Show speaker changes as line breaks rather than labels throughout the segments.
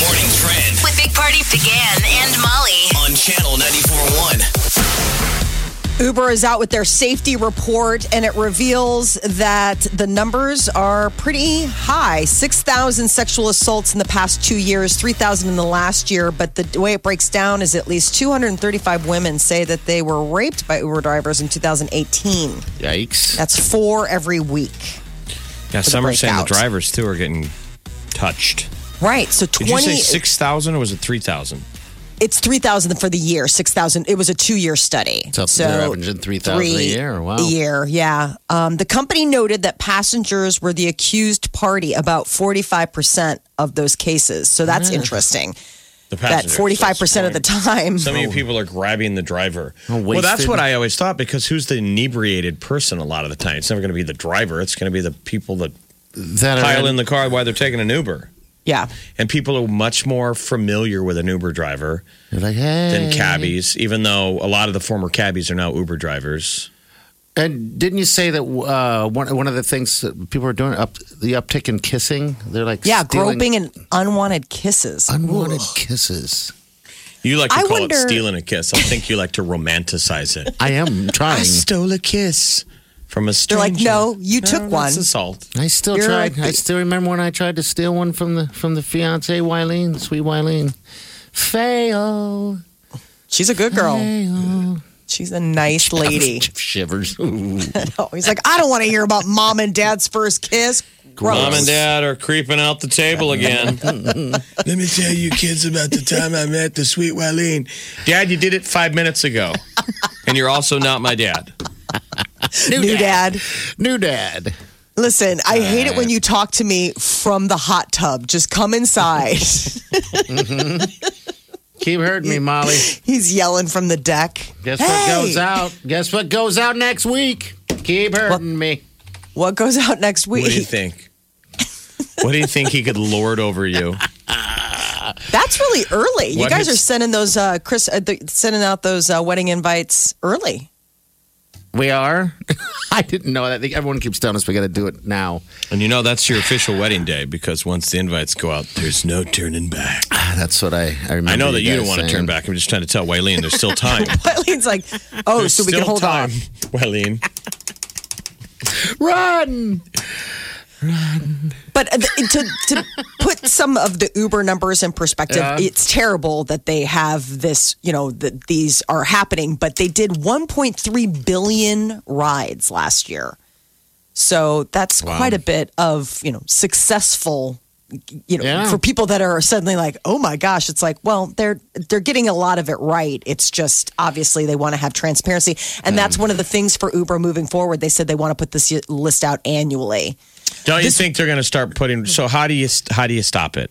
morning trend
With Big Party began and Molly.
on channel 941.
Uber is out with their safety report, and it reveals that the numbers are pretty high 6,000 sexual assaults in the past two years, 3,000 in the last year. But the way it breaks down is at least 235 women say that they were raped by Uber drivers in 2018.
Yikes.
That's four every week.
Yeah, some are saying the
breakout.
drivers too are getting touched.
Right. So 20.
Did you say six thousand or was it three thousand?
It's 3,000 for the year, 6,000. It was a two year study.
So they're averaging 3,000 a
three
year. Wow.
A year, yeah. Um, the company noted that passengers were the accused party about 45% of those cases. So that's interesting.
The
That
passengers.
45% of the time.
Some of you people are grabbing the driver.
Oh,
well, that's
wasted.
what I always thought because who's the inebriated person a lot of the time? It's never going to be the driver. It's going to be the people that
That are
pile in the car while they're taking an Uber.
Yeah.
And people are much more familiar with an Uber driver
they're like, hey.
than
Mm.
cabbies, even though a lot of the former cabbies are now Uber drivers.
And didn't you say that uh, one one of the things that people are doing up the uptick in kissing? They're like
Yeah,
stealing
groping and unwanted kisses.
unwanted kisses.
You like to
I
call it
wonder-
stealing a kiss. I think you like to romanticize it.
I am trying.
I
I,
stole a kiss from a
They're
stranger. Oh,
like, no, you took one.
That's assault.
still
You're
tried.
a
I still remember when I tried to steal one from the from the fiance Wileen, sweet Wileen. Fail.
She's a good
Mm-hmm.
girl.
Fail.
She's a nice lady.
Shivers. Ooh.
No, he's like, I don't want to hear about mom and dad's first kiss. Gross. Hmm.
Mom and dad are creeping out the table again. Let me tell you kids about the time I met the sweet Wileen. Dad, you did it five minutes ago. And you're also not my dad.
New, dad.
New dad.
Listen, I hate it when you talk to me from the hot tub. Just come inside.
Keep hurting me, Molly.
He's yelling from the deck.
Guess
Hey!
what goes out? Guess what goes out next week? Keep hurting me.
What goes out next
What do you
week?
think? What do you think he could lord over you?
That's really early. You
What
guys
is-
are sending those uh, Chris uh, th- sending out those uh, wedding invites early.
We are. I didn't know that. Everyone keeps telling us we got to do it now.
And you know that's your official wedding day because once the invites go out, there's no turning back.
Ah, That's what I, I remember.
I know that you don't
guys
want to turn
saying.
back. I'm just trying to tell Wileen there's still time.
Eileen's like, oh,
There's
so we can
still
hold
time,
on.
Wileen.
Run!
But uh, th- to to put some of the Uber numbers in perspective, it's terrible that they have this. You know that these are happening, but they did 1.3 billion rides last year. So that's quite a bit of you know successful. You know,
Yeah.
for people that are suddenly like, "Oh my gosh!" It's like, well, they're they're getting a lot of it right. It's just obviously they want to have transparency, and that's one of the things for Uber moving forward. They said they want to put this list out annually.
Don't you think they're going to start putting? So how do you how do you stop it?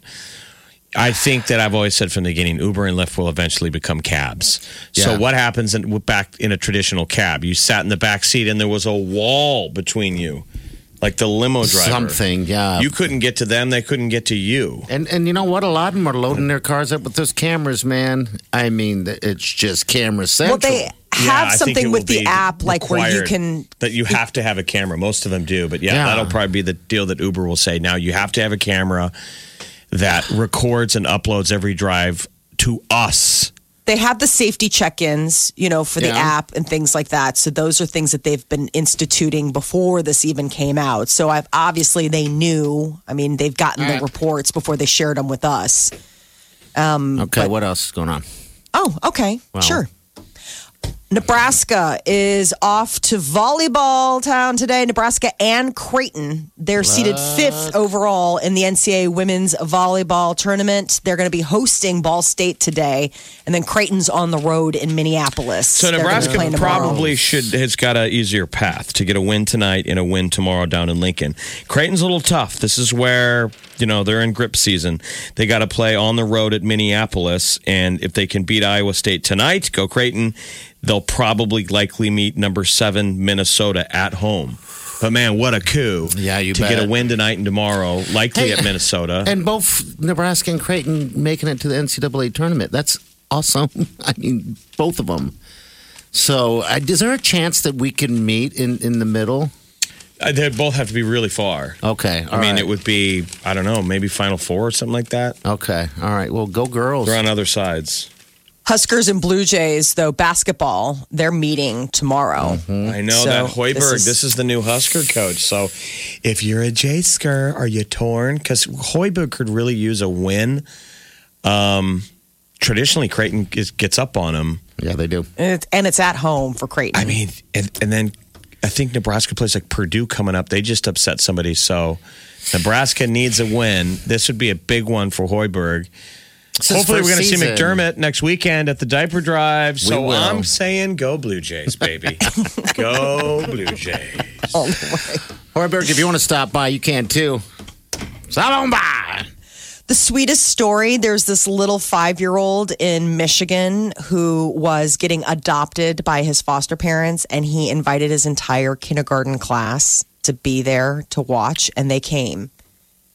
I think that I've always said from the beginning, Uber and Lyft will eventually become cabs. So
Yeah.
what happens in, back in a traditional cab? You sat in the back seat and there was a wall between you, like the limo driver.
Something, yeah.
You couldn't get to them; they couldn't get to you.
and and you know what? A lot of them are loading their cars up with those cameras, man. I mean, th- it's just camera central.
Well, they
Yeah,
have
I think it
something with
will
the
be
app, like where you
required
can.
that you have to have a camera. Most of them do, but yeah,
Yeah.
that'll probably be the deal that Uber will say. Now you have to have a camera that records and uploads every drive to us.
They have the safety check-ins, you know, for the
Yeah.
app and things like that. So those are things that they've been instituting before this even came out. So I've obviously they knew. I mean, they've gotten the reports before they shared them with us. um,
okay, what else is going on?
Oh, okay, sure. Nebraska is off to volleyball town today. Nebraska and Creighton. They're seated fifth overall in the NCAA women's volleyball tournament. They're going to be hosting Ball State today. And then Creighton's on the road in Minneapolis.
So
They're gonna be
Nebraska
playing tomorrow.
probably should has got an easier path to get a win tonight and a win tomorrow down in Lincoln. Creighton's a little tough. This is where you know they're in grip season. They got to play on the road at Minneapolis, and if they can beat Iowa State tonight, go Creighton. They'll probably likely meet number seven Minnesota at home. But man, what a coup!
Yeah, you
to get
bet.
a win tonight and tomorrow, likely
Hey,
at Minnesota.
And both Nebraska and Creighton making it to the NCAA tournament. That's awesome. I mean, both of them. So, I, is there a chance that we can meet in, in the middle?
Uh, they both have to be really far.
Okay.
I
all
mean,
right.
it would be I don't know, maybe Final Four or something like that.
Okay. All right. Well, go girls.
They're on other sides.
Huskers and Blue Jays, though, basketball, they're meeting tomorrow.
I know
So,
that Hoiberg. This
this
is,
is-
the new Husker coach. So, if you're a Jaysker, are you torn? Because Hoiberg could really use a win. Um, traditionally, Creighton is, gets up on him.
Yeah, they do.
And it's- and it's at home for Creighton.
I mean, and, and then I think Nebraska plays like Purdue coming up. They just upset somebody. So, Nebraska needs a win. This would be a big one for Hoiberg.
It's his
Hopefully, we're
first
going to see
season.
McDermott next weekend at the diaper drive. So
will.
I'm saying, go Blue Jays, baby, go Blue Jays.
Oh.
Hoiberg, if you want to stop by, you can too. Stop on by.
the sweetest story there's this little five year old in Michigan who was getting adopted by his foster parents, and he invited his entire kindergarten class to be there to watch, and they came.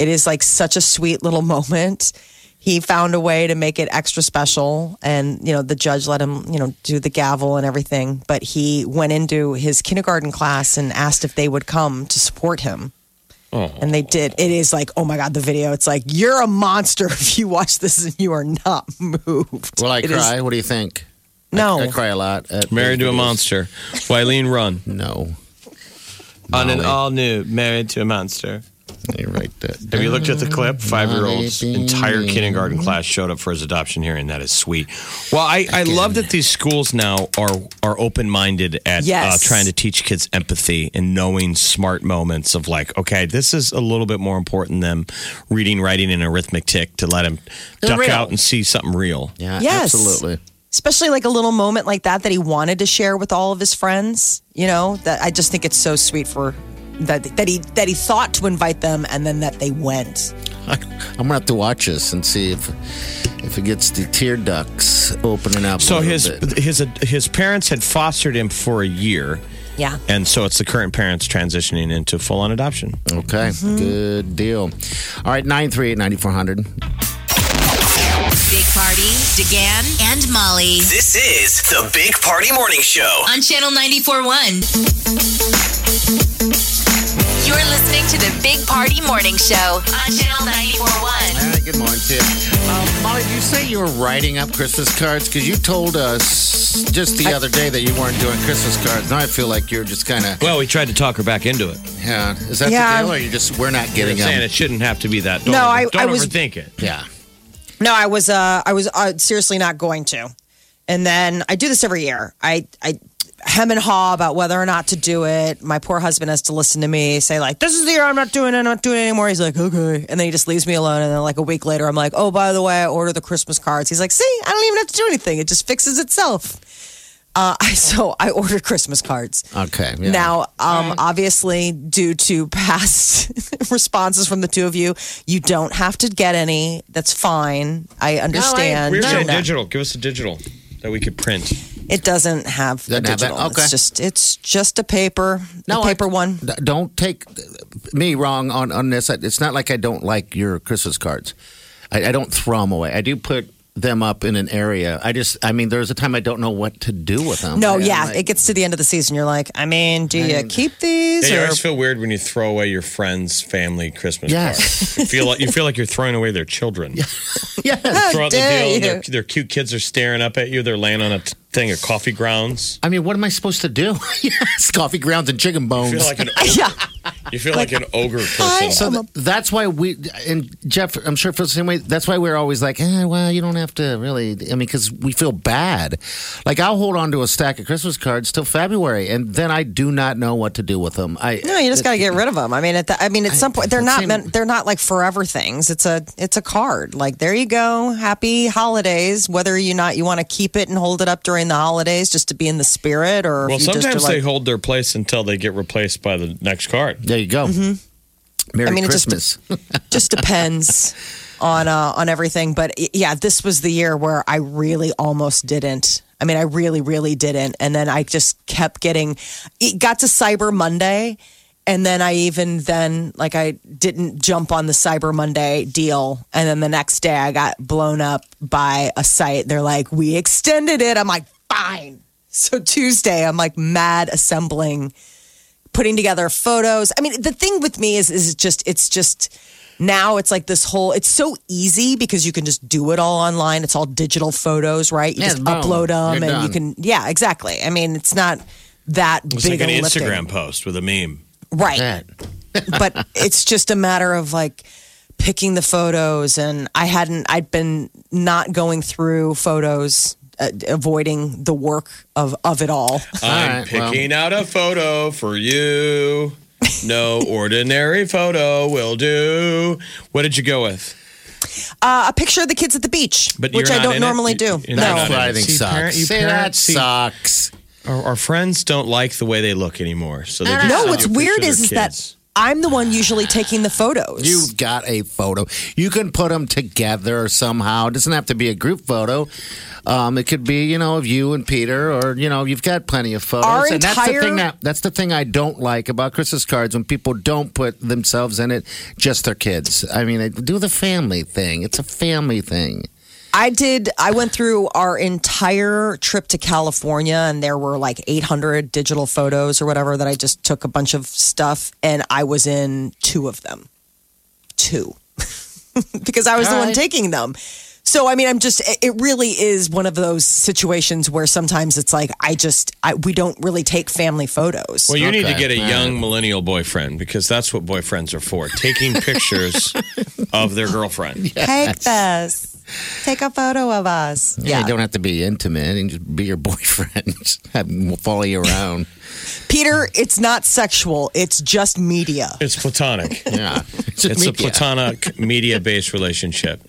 It is like such a sweet little moment. He found a way to make it extra special, and you know the judge let him, you know, do the gavel and everything. But he went into his kindergarten class and asked if they would come to support him. And they did. It is like, oh my God, the video. It's like, you're a monster if you watch this and you are not moved.
Will I
It is-
cry? What do you think?
no.
I cry a lot. at
Married to a
videos.
monster. Wileen Run.
No.
On an all new Married to a Monster.
You write that.
Have you looked at the clip? Five year old's
Molly
entire
Bean.
kindergarten class showed up for his adoption hearing. That is sweet. Well, I, I love that these schools now are are open minded at
Yes.
uh, trying to teach kids empathy and knowing smart moments of like, okay, this is a little bit more important than reading, writing, and arithmetic to let him
They're
duck
real.
out and see something real.
Yeah,
Yes.
absolutely.
Especially like a little moment like that that he wanted to share with all of his friends. You know, that I just think it's so sweet for that that he that he thought to invite them and then that they went.
I'm gonna have to watch this and see if if it gets the tear ducts opening up. a
So
little
his
bit.
his uh, his parents had fostered him for a year.
Yeah.
And so it's the current parents transitioning into full on adoption.
okay,
Mm-hmm.
good deal. All right, nine three eight ninety four hundred.
Big Party, DeGan, and Molly
This is the Big Party Morning Show.
on Channel 94.1. You're listening to the Big Party Morning Show on Channel 94.1.
All right, good morning, Tim. Um, Molly, did you say you were writing up Christmas cards? Because you told us just the other day that you weren't doing Christmas cards. Now I feel like you're just kind of
Well, we tried to talk her back into it.
yeah. Is that
Yeah.
the deal, or you just we're not
They're
getting
saying
them?
it shouldn't have to be that. Don't
No,
over-
I-
don't
I was-
overthink it.
Yeah.
No, I was uh I was uh, seriously not going to. And then I do this every year. I I hem and haw about whether or not to do it. My poor husband has to listen to me say like, "This is the year I'm not doing it. I'm not doing it anymore." He's like, "Okay," and then he just leaves me alone. And then like a week later, I'm like, "Oh, by the way, I ordered the Christmas cards." He's like, "See, I don't even have to do anything. It just fixes itself." Uh, I, so I ordered Christmas cards.
Okay. yeah.
Now, um, obviously, due to past responses from the two of you, you don't have to get any. That's fine. I understand.
We were saying
No, no.
digital. Give us a digital that we could print.
It doesn't have the
Doesn't have that?
digital.
Okay.
It's just it's just a paper,
No,
a
I-
paper one.
D- don't take me wrong on, on this. It's not like I don't like your Christmas cards. I, I don't throw them away. I do put them up in an area. I just, I mean, there's a time I don't know what to do with them.
No,
I- I'm
yeah,
like-
it gets to the end of the season. You're like, I mean, do you keep these?
you
Or,
always feel weird when you throw away your friends' family Christmas
Yes.
cards. You feel like you feel like you're throwing away their children.
yes.
Throw out the
dare
deal. and Their,
you.
their cute kids are staring up at you. They're laying on a t- thing of coffee grounds.
I mean, what am I supposed to do? yes, coffee grounds and chicken
You
bones.
feel like an
yeah,
You feel like an ogre person.
So th- that's why we and Jeff, I'm sure feels the same way. That's why we're always like, eh, well, you don't have to really. I mean, because we feel bad. Like I'll hold on to a stack of Christmas cards till February, and then I do not know what to do with them. I
No, you just got to get rid of them. I mean, at the, I mean, at some point, they're not
same-
meant. They're not like forever things. It's a it's a card. Like there you go, happy holidays. Whether you not you want to keep it and hold it up during the holidays just to be in the spirit, or
well,
if you just
sometimes
are
they
like,
hold their place until they get replaced by the next card.
There you go. Merry
Mm-hmm. I mean, it just-
Christmas.
just depends on uh, on everything. But y- yeah, this was the year where I really almost didn't. I mean, I really, really didn't. And then I just kept getting. It got to Cyber Monday, and then I even then like I didn't jump on the Cyber Monday deal. And then the next day, I got blown up by a site. They're like, "We extended it." I'm like, "Fine." So Tuesday, I'm like mad assembling putting together photos. I mean, the thing with me is is just it's just now it's like this whole it's so easy because you can just do it all online. It's all digital photos, right? You
Yeah,
just
boom.
upload them
You're
and you can
done.
yeah, exactly. I mean, it's not that
It's
big
like an
a lifting.
Instagram post with a meme.
Right
That.
but it's just a matter of like picking the photos and i hadn't i'd been not going through photos uh, avoiding the work of of it all
I'm
right, well-
picking out a photo for you. No ordinary photo will do. What did you go with?
uh, a picture of the kids at the beach which
you're
i
not
don't
in it.
normally
You-
do
you're
no
not
That's what I think
See,
sucks.
parent- you
See,
parent-
that
see-
sucks.
Our, our friends don't like the way they look anymore. So they just
no
send
what's
you a picture
weird
of their
is, is that
kids.
i'm the one usually taking the photos
You've got a photo. You can put them together somehow. It doesn't have to be a group photo. Um, it could be, you know, of you and Peter, or you know, you've got plenty of photos.
Our
and that's the
entire-
thing that that's the thing I don't like about Christmas cards when people don't put themselves in it, just their kids. I mean, they do the family thing. It's a family thing.
I did. I went through our entire trip to California, and there were like 800 digital photos or whatever that I just took a bunch of stuff, and I was in two of them. Two. because I was the one taking them. So, I mean, I'm just, it- it really is one of those situations where sometimes it's like, I just, I, we don't really take family photos.
Well, you need to
Okay,
get a young millennial boyfriend because that's what boyfriends are for taking pictures of their girlfriend.
Take this. Take a photo of us.
Yeah, you don't have to be intimate and just be your boyfriend. Just have them follow you around.
Peter, it's not sexual, it's just media.
It's platonic.
yeah, it's,
It's a platonic media based relationship.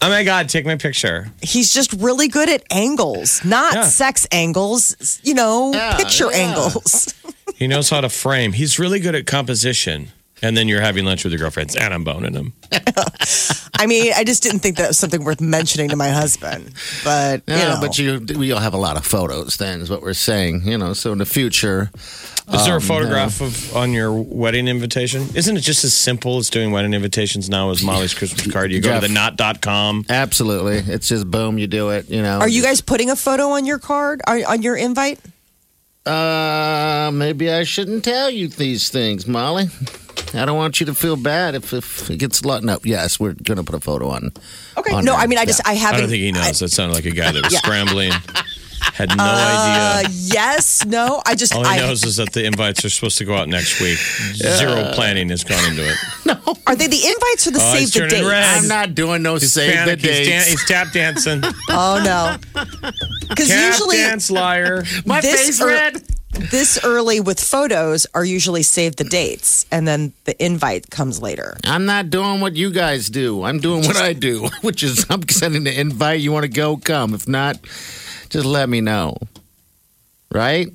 Oh my God, take my picture.
he's just really good at angles, not
Yeah.
sex angles, you know,
Yeah,
picture
yeah.
angles.
He knows how to frame. He's really good at composition. And then you're having lunch with your girlfriends, and I'm boning him.
I mean, I just didn't think that was something worth mentioning to my husband. But, you
Yeah,
know.
but you we'll have a lot of photos then is what we're saying. You know, so in the future,
Is there a photograph of on your wedding invitation? Isn't it just as simple as doing wedding invitations now as Molly's Christmas card? You go to
Jeff.
the knot.com.
absolutely, it's just boom, you do it. You know,
are you guys putting a photo on your card, on on your invite?
Uh, maybe I shouldn't tell you these things, Molly. I don't want you to feel bad if, if it gets lot. No, yes, we're gonna put a photo on.
Okay.
on
no,
there.
I mean, I just, I
I
haven't.
don't think he knows. that sounded like a guy that was scrambling, had no
uh,
idea.
yes, no, I just,
All he
I,
knows is that the invites are supposed to go out next week. Zero planning has gone into it.
are they the invites or the
Oh,
save
he's
the
turning
dates?
red.
I'm not doing no save
Panic,
the
he's, dan-
dates.
he's tap dancing.
Oh, no. Because
tap
usually.
dance liar.
My
this
face
ear-
red.
This early with photos are usually save the dates, and then the invite comes later.
I'm not doing what you guys do. I'm doing what I do, which is I'm sending the invite. You want to go, come. If not, just let me know. Right?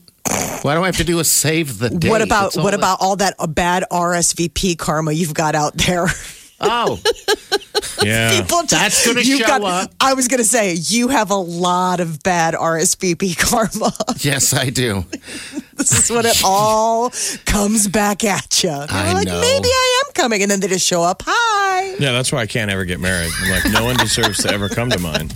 Why do I have to do a save the date?
What about
That's all
what
that-
about all that uh, bad RSVP karma you've got out there?
Oh,
Yeah.
People just-
That's gonna
you've
show
got-
up.
I was gonna say you have a lot of bad RSVP karma.
yes, I do.
this is when it all comes back at you. You're
I
like,
know.
maybe I am coming, and then they just show up. Hi.
Yeah, that's why I can't ever get married. I'm like, no one deserves to ever come to mine.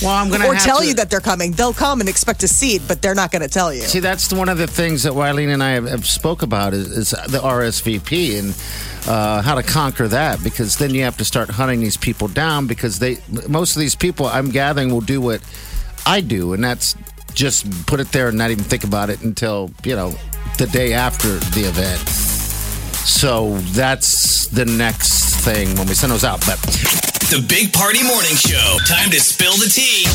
Well, I'm gonna
Or
have
tell
to-
you that they're coming. They'll come and expect a seat, but they're not going to tell you.
See, that's one of the things that Wileen and I have, have spoke about is, is the RSVP and uh, how to conquer that because then you have to start hunting these people down because they most of these people I'm gathering will do what I do and that's just put it there and not even think about it until you know the day after the event. So that's the next thing when we send those out. But
The Big Party Morning Show. Time to spill the tea.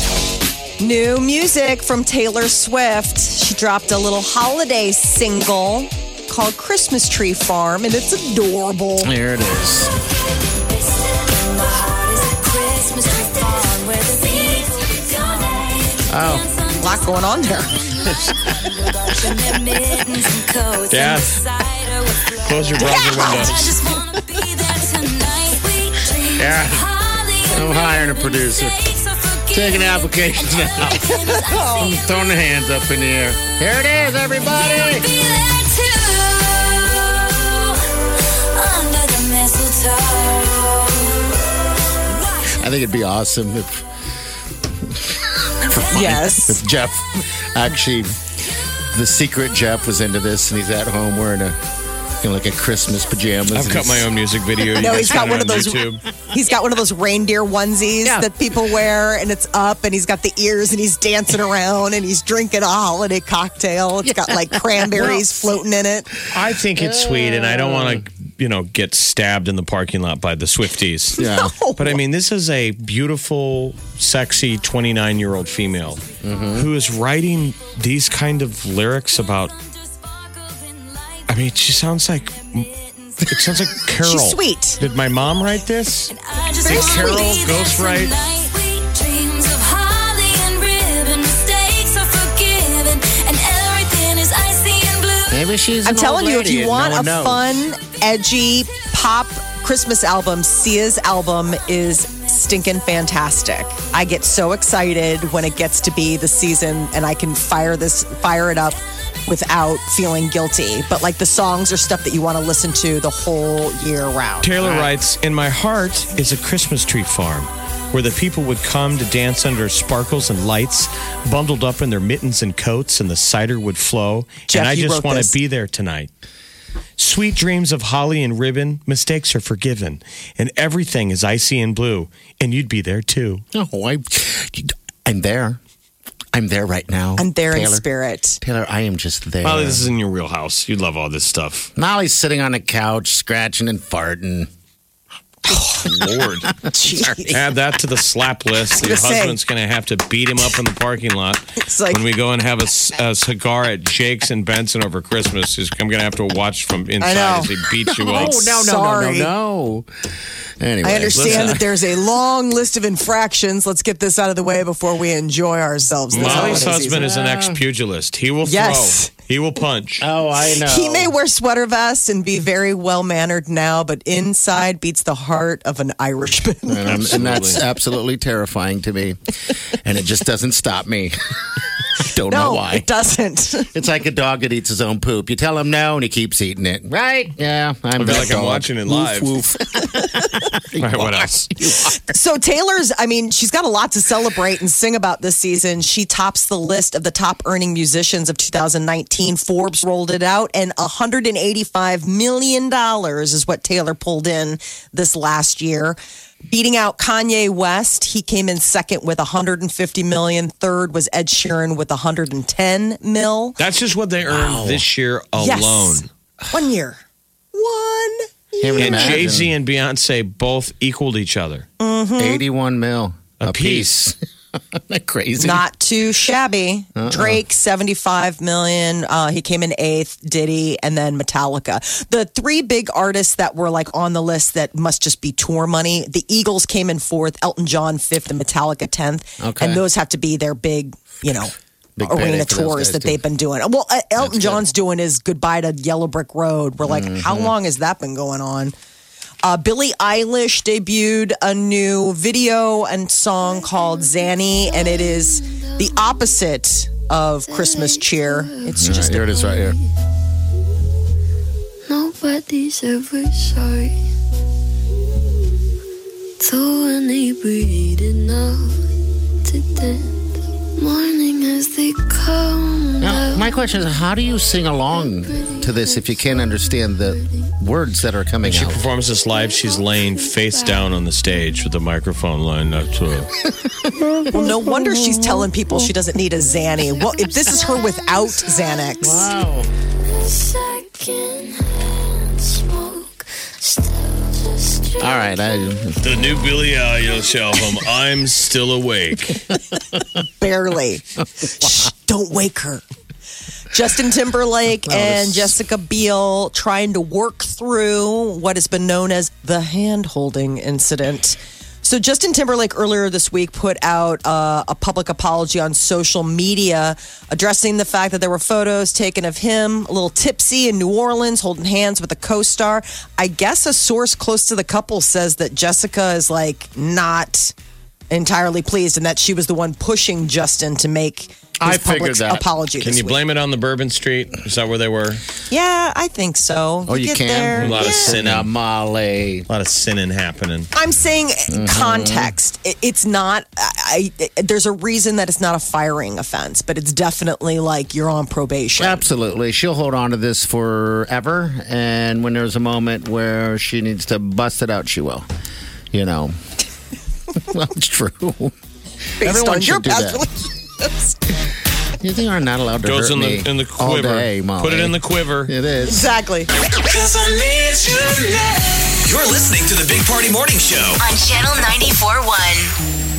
New music from Taylor Swift. She dropped a little holiday single called Christmas Tree Farm, and it's adorable.
there it is.
A lot going on there.
Yeah. Close your browser window.
Yeah. I'm hiring a producer. Taking applications now. Throwing the hands up in the air. Here it is, everybody. I think it'd be awesome if
Yes.
if Jeff actually the secret Jeff was into this and he's at home wearing a you know, like a Christmas pajamas.
I've
and
cut
he's-
my own music video. You
No,
guys
he's
find
got one
it
of
on
those.
YouTube.
He's got one of those reindeer onesies
Yeah.
that people wear, and it's up, and he's got the ears, and he's dancing around, and he's drinking a holiday cocktail. It's got like cranberries floating in it.
I think it's sweet, and I don't want to, you know, get stabbed in the parking lot by the Swifties.
Yeah.
But I mean, this is a beautiful, sexy 29 year old female
Mm-hmm.
who is writing these kind of lyrics about. I mean, she sounds like. It sounds like Carol.
sweet.
Did my mom write this?
Very
Did Carol
sweet.
ghostwrite?
Maybe she's
I'm
an
telling
old
you, if
lady
you
and
want
no
a
one knows.
fun, edgy pop Christmas album, Sia's album is stinking fantastic. I get so excited when it gets to be the season and I can fire this, fire it up without feeling guilty. But like the songs are stuff that you want to listen to the whole year round.
Taylor writes In my heart is a Christmas tree farm where the people would come to dance under sparkles and lights, bundled up in their mittens and coats, and the cider would flow.
Jeff,
and I
you
just
wrote
want
this.
to be there tonight. Sweet dreams of holly and ribbon, mistakes are forgiven, and everything is icy and blue, and you'd be there too.
Oh, I, I'm there. I'm there right now.
I'm there in
Taylor.
spirit.
Taylor, I am just there.
Molly, this is in your wheelhouse. You'd love all this stuff.
Molly's sitting on a couch, scratching and farting.
Lord.
Jeez.
Add that to the slap list. Your
was gonna say.
husband's going to have to beat him up in the parking lot
It's like-
when we go and have a, c- a cigar at Jake's and Benson over Christmas. He's, I'm going to have to watch from inside
know. Oh,
as he beats you up.
no, no, no, no,
no, no. Anyway,
I understand that there's a long list of infractions. Let's get this out of the way before we enjoy ourselves. This
Molly's
holiday
husband
season.
is an ex pugilist. He will
Yes.
throw. He will punch.
Oh, I know.
He may wear sweater vests and be very well mannered now, but inside beats the heart of an Irishman.
And, I'm- and that's absolutely terrifying to me. And it just doesn't stop me. Don't know
No,
why.
it doesn't.
It's like a dog that eats his own poop. You tell him no, and he keeps eating it. Right? Yeah, I'm
I feel
that
like I'm
dog.
watching it live. All right, what else?
So Taylor's, I mean, she's got a lot to celebrate and sing about this season. She tops the list of the top earning musicians of 2019. Forbes rolled it out, and 185 million dollars is what Taylor pulled in this last year, beating out Kanye West. He came in second with 150 million. Third was Ed Sheeran with 110 mil.
That's just what they earned this year alone.
Yes. One year. One.
Can't even
And
imagine.
Jay Z and Beyonce both equaled each other.
81 mil
A
Isn't that crazy?
Not too shabby. Drake, 75 million. Uh, he came in eighth, Diddy, and then Metallica. The three big artists that were like on the list that must just be tour money. The Eagles came in fourth, Elton John fifth, and Metallica 10th.
Okay.
And those have to be their big, you know.
Big
arena
payday for those
tours
guys,
that
too.
they've been doing. Well, uh, Elton John's doing his goodbye to Yellow Brick Road. We're
Mm-hmm.
like, how long has that been going on? Uh, Billie Eilish debuted a new video and song called Zanny, and it is the opposite of Christmas cheer. It's
All right,
just
here it is right here.
Nobody's ever sorry. So when they breathe it out to death, morning as they come.
Now, my question is how do you sing along to this if you can't understand the words that are coming
She
out?
performs this live. She's laying face down on the stage with the microphone lined up to her.
well, no wonder she's telling people she doesn't need a Zanny. Well, if this is her without Xanax,
Wow.
Second hand smoke. All
All right, I,
The new Billy Eilish album, I'm Still Awake.
barely. Shh, don't wake her. Justin Timberlake and Jessica Biel trying to work through what has been known as the hand holding incident. So, Justin Timberlake earlier this week put out uh, a public apology on social media addressing the fact that there were photos taken of him a little tipsy in New Orleans holding hands with a co star. I guess a source close to the couple says that Jessica is like not entirely pleased and that she was the one pushing Justin to make his
I
public
figured that.
apology.
Can
this
you
week.
blame it on the Bourbon Street? Is that where they were?
Yeah, I think so.
oh, you
get
can.
there.
A lot of sin.
Now,
A
Molly.
lot of sinning happening.
I'm saying
Mm-hmm.
context. It, it's not. I, I, there's a reason that it's not a firing offense, but it's definitely like you're on probation.
Absolutely. She'll hold on to this forever. And when there's a moment where she needs to bust it out, she will. You know. well, it's true.
based
everyone
on your
should do
past
that. You think I'm not allowed to
Goes
hurt
in
me
the in the
all
quiver.
day, Molly.
Put it in the quiver.
It is.
Exactly.
You're listening to the Big Party Morning Show.
on Channel 94.1.